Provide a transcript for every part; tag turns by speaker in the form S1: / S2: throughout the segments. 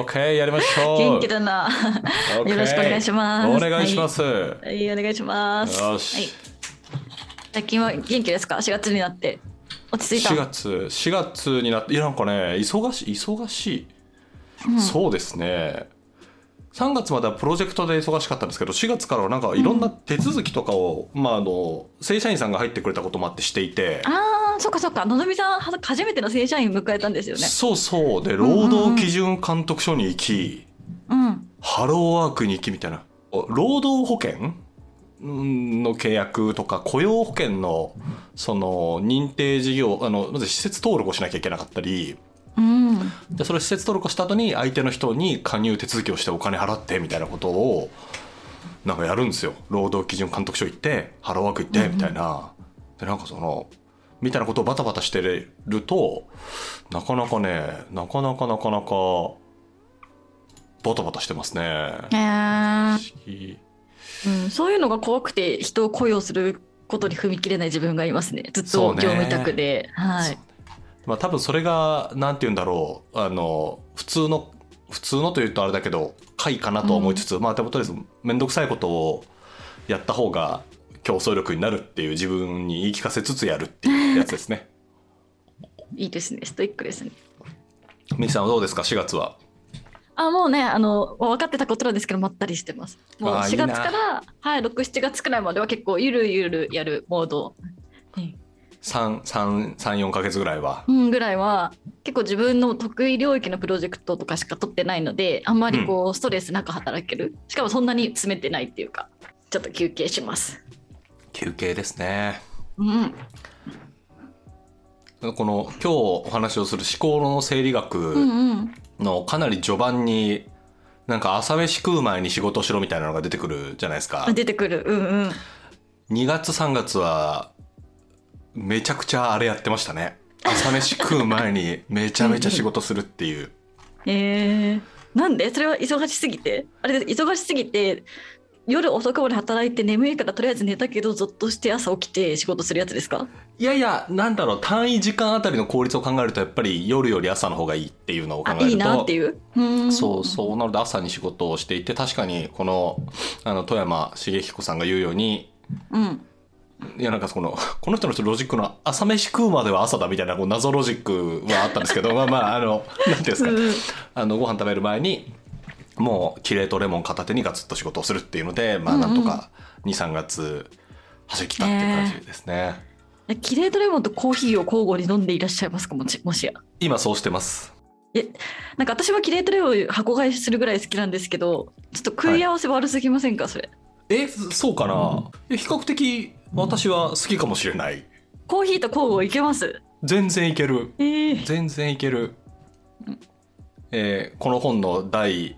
S1: OK、やりましょう。
S2: 元気だな。
S1: OK
S2: よろしくお願いします。
S1: お願いします。
S2: はい。はい、お願いします。
S1: よし
S2: はい。最近は元気ですか ?4 月になって。落ち着いた。
S1: 4月4月になっていやなんかね忙しい忙しい、そうですね3月まではプロジェクトで忙しかったんですけど4月からはなんかいろんな手続きとかを、まあ、あの正社員さんが入ってくれたこともあってしていて、
S2: ああ、そっかそっか。のぞみさん、は初めての正社員迎えたんですよね。
S1: そうそうで労働基準監督署に行き、
S2: うん。
S1: ハローワークに行きみたいなお労働保険うんの契約とか雇用保険のその認定事業あのまず施設登録をしなきゃいけなかったり
S2: うん。
S1: でそれを施設登録をした後に相手の人に加入手続きをしてお金払ってみたいなことをなんかやるんですよ労働基準監督署行ってハローワーク行ってみたいな、でなんかそのみたいなことをバタバタしてるとなかなかねなかなかなかなかバタバタしてますね。
S2: えー
S1: 不思議
S2: うん、そういうのが怖くて人を雇用することに踏み切れない自分がいますね。ずっ
S1: そう
S2: と
S1: ね
S2: 業務委託で。は
S1: そう
S2: い。
S1: まあ多分それがなんて言うんだろうあの普通の普通のというとあれだけど会かなとは思いつつ、まあでもとりあえず面倒くさいことをやった方が競争力になるっていう自分に言い聞かせつつやるっていうやつです ね。
S2: いいですね。ストイックですね。
S1: みきさんはどうですか4月は。
S2: あもうねあの分かってたことなんですけどまったりしてますもう
S1: あー
S2: 4
S1: いい
S2: 月
S1: な
S2: からはい67月くらいまでは結構ゆるゆるやるモード、はい
S1: 334ヶ月ぐらいは。
S2: うん、ぐらいは結構自分の得意領域のプロジェクトとかしか取ってないのであんまりこう、ストレスなく働けるしかもそんなに詰めてないっていうかちょっと休憩します
S1: 休憩ですね。
S2: うん
S1: この今日お話をする思考の整理学、
S2: うんうん
S1: のかなり序盤になんか朝飯食う前に仕事しろみたいなのが出てくるじゃないですか
S2: あ出てくるうんうん
S1: 2月3月はめちゃくちゃあれやってましたね朝飯食う前にめちゃめちゃ仕事するっていう
S2: えー、なんでそれは忙しすぎてあれ忙しすぎて夜遅くまで働いて眠いからとりあえず寝たけどゾッとして朝起きて仕事するやつですか
S1: いやいやなんだろう単位時間あたりの効率を考えるとやっぱり夜より朝の方がいいっていうのを考
S2: あ
S1: えると
S2: いいなっていううん
S1: そうそうなので朝に仕事をしていて確かにこのあの富山茂彦さんが言うように
S2: うん
S1: いやなんかこのこの人のロジックの朝飯食うまでは朝だみたいなこう謎ロジックはあったんですけどまあまああのなんていうんですか、
S2: うん
S1: あのご飯食べる前にもうキレートレモン片手にガツッと仕事をするっていうのでまあ
S2: うんう
S1: なんんとか23月走り切ったっていう感じですね、
S2: えキレートレモンとコーヒーを交互に飲んでいらっしゃいますかもしもしや
S1: 今そうしてます
S2: なんか私もキレートレモン箱買いするぐらい好きなんですけどちょっと食い合わせ悪すぎませんか、それ
S1: えそうかな、いや比較的私は好きかもしれない
S2: コーヒーと交互いけます
S1: 全然いける
S2: えー、
S1: 全然いける、えーこの本の第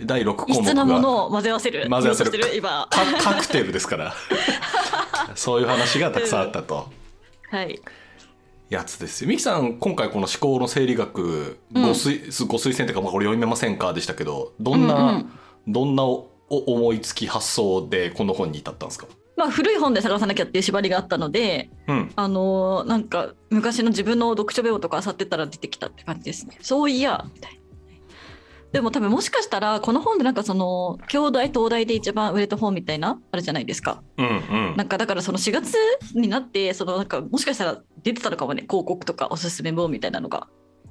S1: 第6
S2: 異
S1: 項目
S2: 質なも
S1: が
S2: のを混ぜ合わせる
S1: 混ぜ合わせる
S2: 言おうとしてる今
S1: カカクテルですから そういう話がたくさんあったと
S2: はい
S1: やつですよ。ミキさん今回この思考の生理学ご推,、ご推薦というか、まあ、これ読めませんかでしたけどどんな、
S2: うんうん
S1: どんなおお思いつき発想でこの本に至ったんですか、
S2: まあ古い本で探さなきゃっていう縛りがあったので
S1: うん、
S2: あのーなんか昔の自分の読書メモとか漁ってたら出てきたって感じですね。そういやみたいな。でも多分もしかしたらこの本でなんかその京大東大で一番売れた本みたいなあるじゃないですか。
S1: うんうん
S2: なんかだからその4月になってそのなんかもしかしたら出てたのかもね広告とかおすすめ本みたいなのが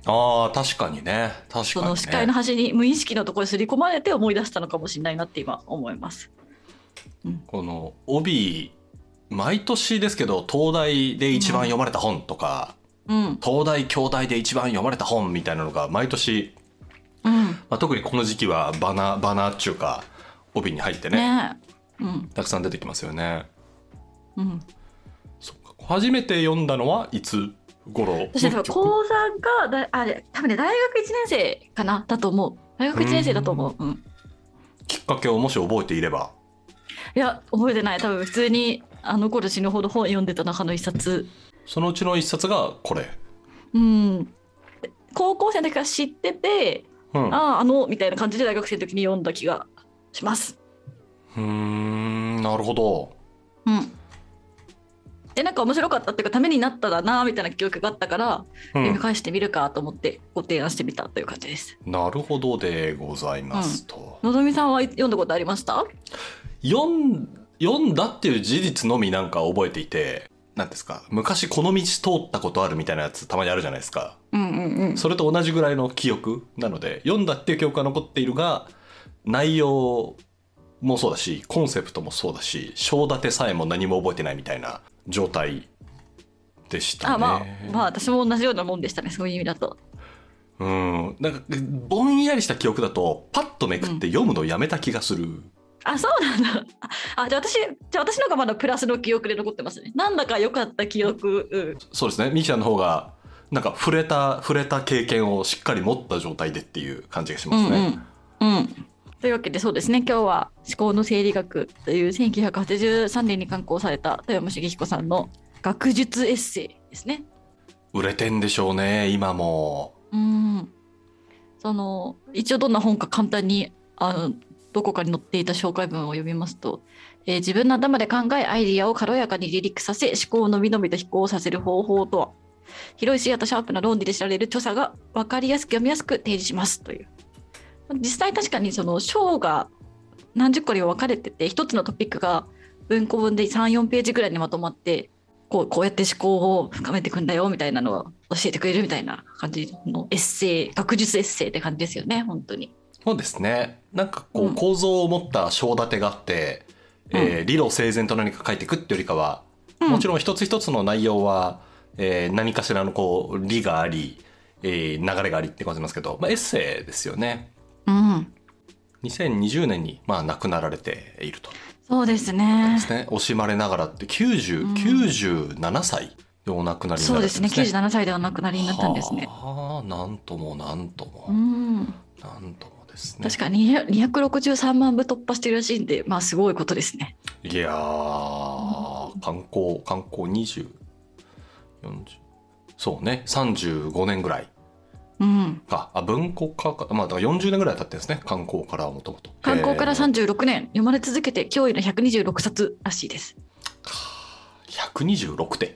S1: あー確かにね確
S2: そ
S1: かに、
S2: の
S1: ね、
S2: 視界の端に無意識のところに刷り込まれて思い出したのかもしれないなって今思います。
S1: この帯毎年ですけど東大で一番読まれた本とか、
S2: うん、
S1: 東大京大で一番読まれた本みたいなのが毎年、
S2: うん、
S1: まあ、特にこの時期はバナバナっていうか帯に入ってね
S2: ねえ、うん、
S1: たくさん出てきますよね。
S2: うん。
S1: そっか初めて読んだのはいつ頃
S2: 私は高三かだあれ多分ね大学一年生かなだと思う大学一年生だと思う、うん
S1: きっかけをもし覚えていれば
S2: いや覚えてない多分普通にあの頃死ぬほど本読んでた中の一冊
S1: そのうちの一冊がこれ。
S2: うん高校生の時から知ってて、
S1: うん、う
S2: あああのみたいな感じで大学生の時に読んだ気がします
S1: ーんなるほど
S2: うんでなんか面白かったっていうかためになっただなみたいな記憶があったから、
S1: うん
S2: 読み返してみるかと思ってご提案してみたという感じです。
S1: なるほどでございますと、
S2: のぞみさんは読んだことありました？
S1: 読ん読んだっていう事実のみなんか覚えていてなんですか昔この道通ったことあるみたいなやつたまにあるじゃないですか
S2: うんうんうん。
S1: それと同じぐらいの記憶なので読んだっていう記憶が残っているが内容もそうだしコンセプトもそうだし章立てさえも何も覚えてないみたいな状態でしたね。
S2: あまあまあ私も同じようなもんでしたねそういう意味だと。
S1: うん、なんかぼんやりした記憶だとパッとめくって読むのやめた気がする、
S2: あそうなんだ。あじゃあ私じゃあ私の方がまだプラスの記憶で残ってますね。なんだか良かった記憶。うん
S1: そうですねミキさんの方がなんか触れた触れた経験をしっかり持った状態でっていう感じがしますね。
S2: うんうんうんというわけでそうですね今日は「思考の生理学」という1983年に刊行された富山茂彦さんの学術エッセイですね。
S1: 売れてんでしょうね今も
S2: うんその一応どんな本か簡単にあのどこかに載っていた紹介文を読みますと、えー自分の頭で考えアイディアを軽やかに離陸させ思考をのびのびと飛行させる方法とは広い視野とシャープな論理で知られる著者が分かりやすく読みやすく提示しますという実際確かにその章が何十個にも分かれてて一つのトピックが文庫本で34ページぐらいにまとまってこうこうやって思考を深めていくんだよみたいなのを教えてくれるみたいな感じのエッセイ学術エッセイって感じですよね本当に。
S1: そうですねなんかこ
S2: うん
S1: う構造を持った章立てがあって、えー理路整然と何か書いていくってよりかは、もちろん一つ一つの内容は、えー何かしらのこう理があり、えー流れがありって感じますけど、まあ、エッセイですよね
S2: ろん、うん、
S1: 2020年にまあ亡くなられていると
S2: そうですね
S1: で。すね惜しまれながらって90、
S2: うん
S1: 97歳でお亡くなりに
S2: そ
S1: な
S2: う
S1: られ
S2: で
S1: て
S2: す
S1: るん
S2: ね97歳ではお亡くなりになったんですね。
S1: はあなんともなんとも、
S2: うん、
S1: なんともですね
S2: 確かに263万部突破してるらしいんで、まあすごいことですね。
S1: いやー、観光、観光20、40、そうね、35年ぐらい
S2: うん、
S1: か、あ、文庫化か、まあ、だから40年ぐらい経ってるんですね、観光からもともと。
S2: 刊行から
S1: えー
S2: 36年、読まれ続けて驚異の126冊らしいです。
S1: 126点。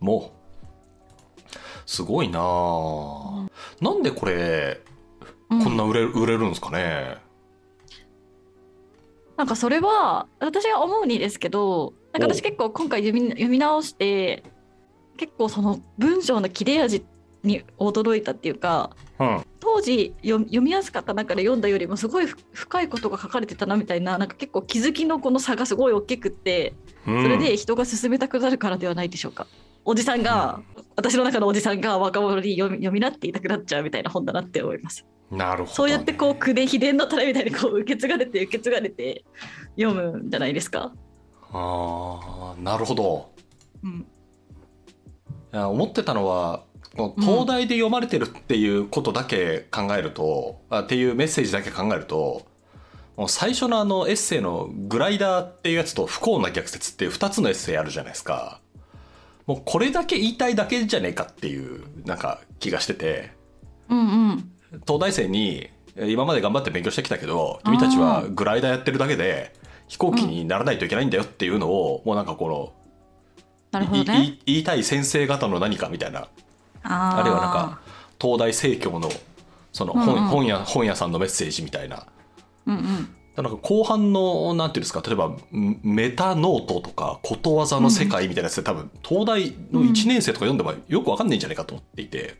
S1: もう、すごいなーなんでこれ、
S2: うん
S1: こんな売れる売れるんですかね。
S2: なんかそれは私が思うにですけどなんか私
S1: お
S2: 結構今回読み読み直して結構その文章の切れ味に驚いたっていうか
S1: うん。
S2: 当時読読みやすかった中で読んだよりもすごいふ深いことが書かれてたなみたいななんか結構気づきのこの差がすごい大きくって
S1: うん
S2: それで人が進めたくなるからではないでしょうか。おじさんが、私の中のおじさんが若者に読み読みなっていたくなっちゃうみたいな本だなって思います。
S1: なるほど、ね。
S2: そうやってこう口伝秘伝のタレみたいにこう受け継がれて受け継がれて読むんじゃないですか。
S1: ああ、なるほど。
S2: うん、
S1: いや思ってたのはこ
S2: うん
S1: の東大で読まれてるっていうことだけ考えると、あっていうメッセージだけ考えるともう最初のあのエッセイの「グライダー」っていうやつと「不幸な逆説」っていう2つのエッセイあるじゃないですかもうこれだけ言いたいだけじゃねえかっていうなんか気がしてて
S2: うんうん
S1: 東大生にえ今まで頑張って勉強してきたけど君たちはグライダーやってるだけで飛行機にならないといけないんだよっていうのを、もうなんかこの
S2: なるほ
S1: い
S2: どね。
S1: い言いたい先生方の何かみたいな
S2: あ
S1: あるいはなんか東大生協のその
S2: うん
S1: 本,、
S2: うん
S1: 本屋本屋さんのメッセージみたいな。
S2: うんうん
S1: なんか後半のなんていうんですか例えばんメタノートとかことわざの世界みたいなやつで多分東大の1年生とか読んでもよくわかんないんじゃないかと思っていて、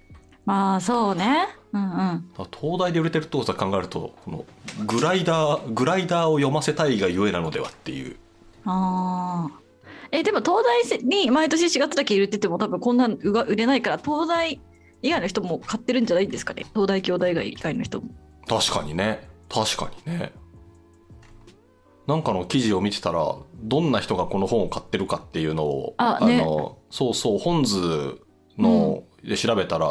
S2: まあそうね。うんうん。
S1: だから東大で売れてるってことを考えるとこのグライダーグライダーを読ませたいがゆえなのではっていう
S2: ああ。えでも東大に毎年4月だけ入れてても多分こんなのが売れないから東大以外の人も買ってるんじゃないんですかね。東大京大以外の人も。
S1: 確かにね確かにねなんかの記事を見てたらどんな人がこの本を買ってるかっていうのを
S2: あね
S1: のそうそう本図ので調べたら、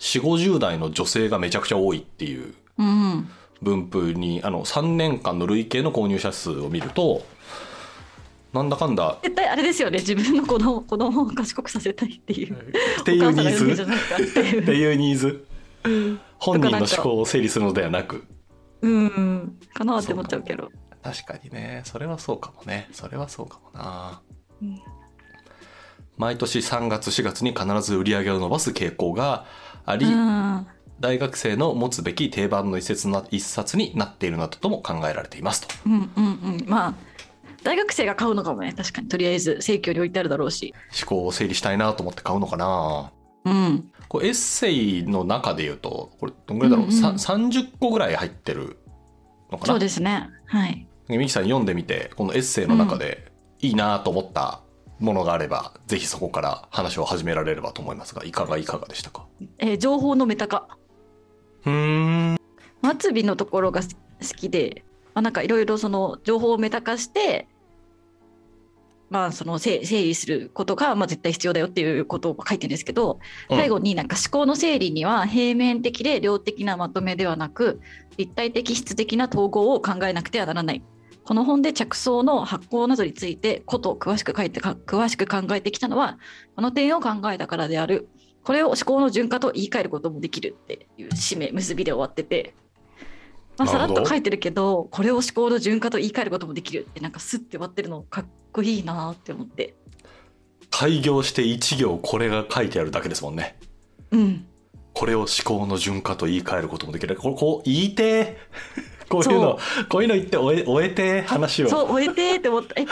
S1: 4 5 0代の女性がめちゃくちゃ多いっていう
S2: うんうん。
S1: 分布にあの3年間の累計の購入者数を見るとなんだかんだ
S2: 絶対あれですよね。自分の 子供子供を賢くさせたいっていう。
S1: っていうニー
S2: お母さんが言うんじ
S1: ズ
S2: ゃないかってい
S1: っ
S2: う
S1: て。いうニーズ本人の
S2: なん
S1: 思
S2: か
S1: 考を整理するのではなく
S2: うん。かなって思っちゃうけど。
S1: 確かにねそれはそうかもねそれはそうかもな
S2: うん
S1: 毎年3月4月に必ず売り上げを伸ばす傾向があり、
S2: うん
S1: 大学生の持つべき定番の一節な一冊になっているなどとも考えられていますと。
S2: うんうんうんまあ大学生が買うのかもね確かにとりあえず生協に置いてあるだろうし
S1: 思考を整理したいなと思って買うのかな
S2: うん
S1: これエッセイの中で言うとこれどんぐらいだろう、
S2: うんうん
S1: さ30個ぐらい入ってるのか
S2: そう
S1: な
S2: ですねはい
S1: ミキさん読んでみてこのエッセイの中でいいなと思ったものがあれば、ぜひそこから話を始められればと思いますがいかがいかがでしたか
S2: えー情報のメタ化
S1: うーん
S2: 末尾のところが好きで、まあ、なんかいろいろその情報をメタ化してまあその整整理することがまあ絶対必要だよっていうことを書いてるんですけど最後になんか思考の整理には平面的で量的なまとめではなく立体的質的な統合を考えなくてはならないこの本で着想の発行などについてことを詳しく書いてか詳しく考えてきたのはこの点を考えたからであるこれを思考の順化と言い換えることもできるっていう締め結びで終わってて、まあ、
S1: な
S2: さ
S1: る
S2: ら
S1: ほ
S2: っ
S1: ど
S2: と書いてるけどこれを思考の順化と言い換えることもできるってなんかスッて終わってるのかっこいいなーって思って
S1: 開業して1行これが書いてあるだけですもんね
S2: うん
S1: これを思考の順化と言い換えることもできるこれこう言いてー こういうのこういうの言って終え終えてー話を
S2: そう終えてーって思ったえ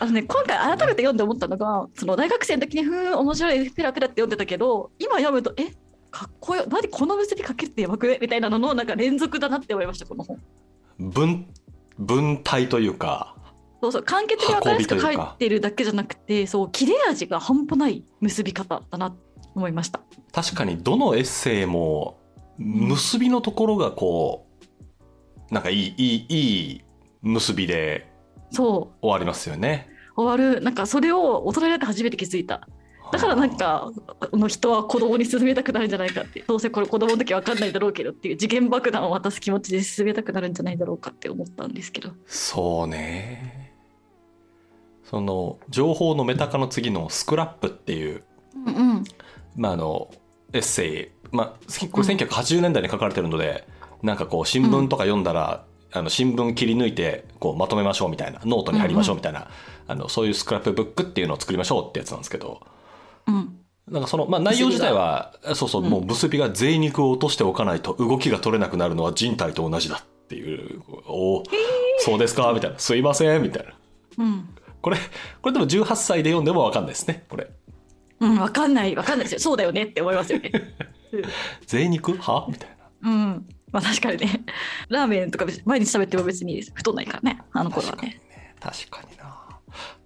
S2: あのね今回改めて読んで思ったのがその大学生の時にふーん面白いペラペラって読んでたけど今読むとえかっこよ何この結びかけってやばくねみたいなののなんか連続だなって思いましたこの本
S1: 文文体というか
S2: そうそう簡潔に分かりやすく書いてるだけじゃなくてそう切れ味が半端ない結び方だなと思いました
S1: 確かにどのエッセイも結びのところがこうなんかいいいいいい結びで
S2: そ
S1: 終わりますよね。
S2: う終わるなんかそれを大人になって初めて気づいただからなんかあの人は子供に勧めたくなるんじゃないかってどうせこれ子供の時わかんないだろうけどっていう次元爆弾を渡す気持ちで進めたくなるんじゃないだろうかって思ったんですけど
S1: そうねその情報のメタ化の次の「スクラップ」っていう、
S2: うんうん
S1: まあ、あのエッセイ、まあ、すこれ
S2: うん
S1: 1980年代に書かれてるので、なんかこう新聞とか読んだら、あの新聞切り抜いてこうまとめましょうみたいなノートに貼りましょうみたいな、あのそういうスクラップブックっていうのを作りましょうってやつなんですけど。
S2: うん
S1: なんかその、まあ、内容自体は、そうそう、
S2: うん
S1: もう結びが贅肉を落としておかないと動きが取れなくなるのは人体と同じだっていう、おお、そうですか、みたいな、すいません、みたいな。
S2: うん
S1: これ、これでも18歳で読んでもわかんないですね、これ。
S2: うんわかんないわかんないですよそうだよねって思いますよね
S1: 贅肉はみたいな。
S2: うんまあ確かにねラーメンとか別に毎日食べても別に太んないからねあの頃はね
S1: ね、確かにな。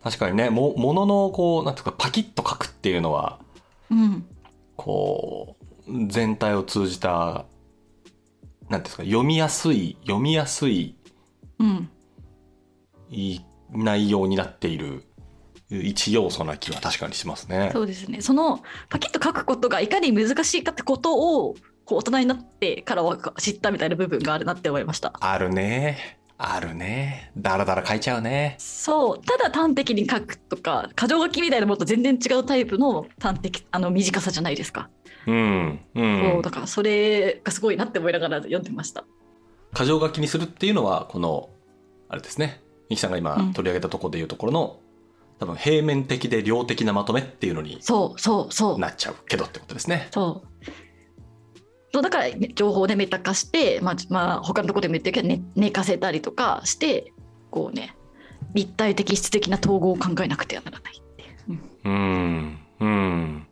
S1: 確かにね、も、ものの、こう、なんていうか、パキッと書くっていうのは、
S2: うん
S1: こう、全体を通じた、なんていうんですか、読みやすい、読みやすい
S2: うん
S1: いい内容になっている一要素な気は確かにしますね。
S2: そうですねそのパキッと書くことがいかに難しいかってことをこう大人になってからは知ったみたいな部分があるなって思いました
S1: あるね。あるね。だらだら書いちゃうね。
S2: そうただ端的に書くとか箇条書きみたいなものと全然違うタイプの端的あの短さじゃないですか、
S1: うん。う。
S2: そうんだからそれがすごいなって思いながら読んでました
S1: 箇条書きにするっていうのは、この、あれですね。ミキさんが今
S2: うん
S1: 取り上げたところでいうところの、多分平面的で量的なまとめっていうのに
S2: そうそうそう
S1: なっちゃうけどってことですね。
S2: そうそうだからね情報でメタ化して、まあまあ、他のところでも言ってるけど、ね、寝かせたりとかしてこうね立体的質的な統合を考えなくてはならないっていう
S1: うん。うん。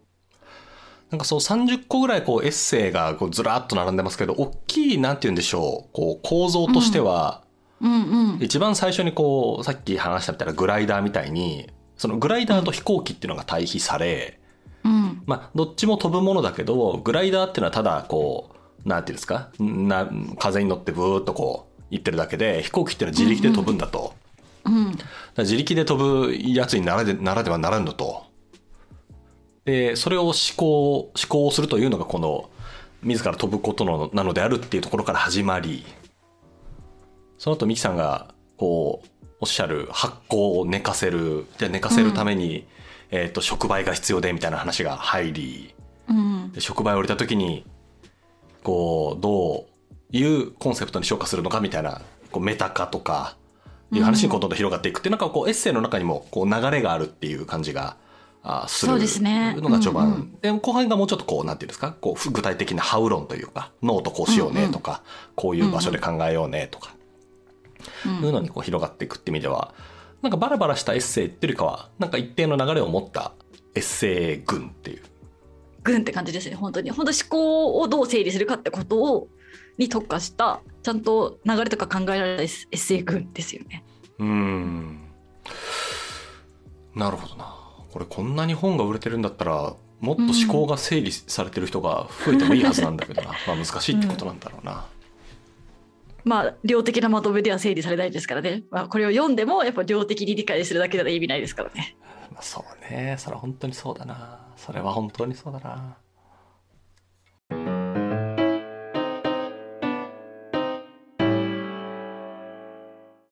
S1: なんかそう30個ぐらいこうエッセイがこうずらっと並んでますけど、大きいなんて言うんでしょう、こう構造としては、
S2: うんうん
S1: 一番最初にこうさっき話したみたいなグライダーみたいにそのグライダーと飛行機っていうのが対比され、
S2: うん
S1: まあ、どっちも飛ぶものだけどグライダーっていうのはただこうなんていうんですかな風に乗ってブーッとこう行ってるだけで飛行機っていうのは自力で飛ぶんだと、だか
S2: うん
S1: ら自力で飛ぶやつにならでならではならんのとでそれを思考思考をするというのがこの自ら飛ぶことのなのであるっていうところから始まりその後ミキさんがこうおっしゃる発酵を寝かせるで寝かせるために、えー、と触媒が必要でみたいな話が入り
S2: うん
S1: で触媒を入れた時にこうどういうコンセプトに昇華するのかみたいなこうメタ化とかいう話にこうどんどん広がっていくっていうなんかこうエッセイの中にもこう流れがあるっていう感じがあする
S2: そうですね
S1: のが序盤、
S2: うんうん
S1: で後半がもうちょっとこうなんていうんですかこうふ具体的なハウ論というかノートこうしようねとか、こういう場所で考えようねとか、
S2: うん
S1: いうのにこう広がっていくって意味ではなんかバラバラしたエッセイっていうよりかはなんか一定の流れを持ったエッセイ群っていう
S2: ぐんって感じですね本当に本当思考をどう整理するかってことをに特化したちゃんと流れとか考えられたエッセイ群ですよね。
S1: うーんなるほどなこれこんなに本が売れてるんだったらもっと思考が整理されてる人が増えてもいいはずなんだけどな、まあ難しいってことなんだろうな、
S2: まあ量的なまとめでは整理されないですからね、まあ、これを読んでもやっぱ量的に理解するだけでは意味ないですからね。
S1: まあ、そうねそれは本当にそうだなそれは本当にそうだな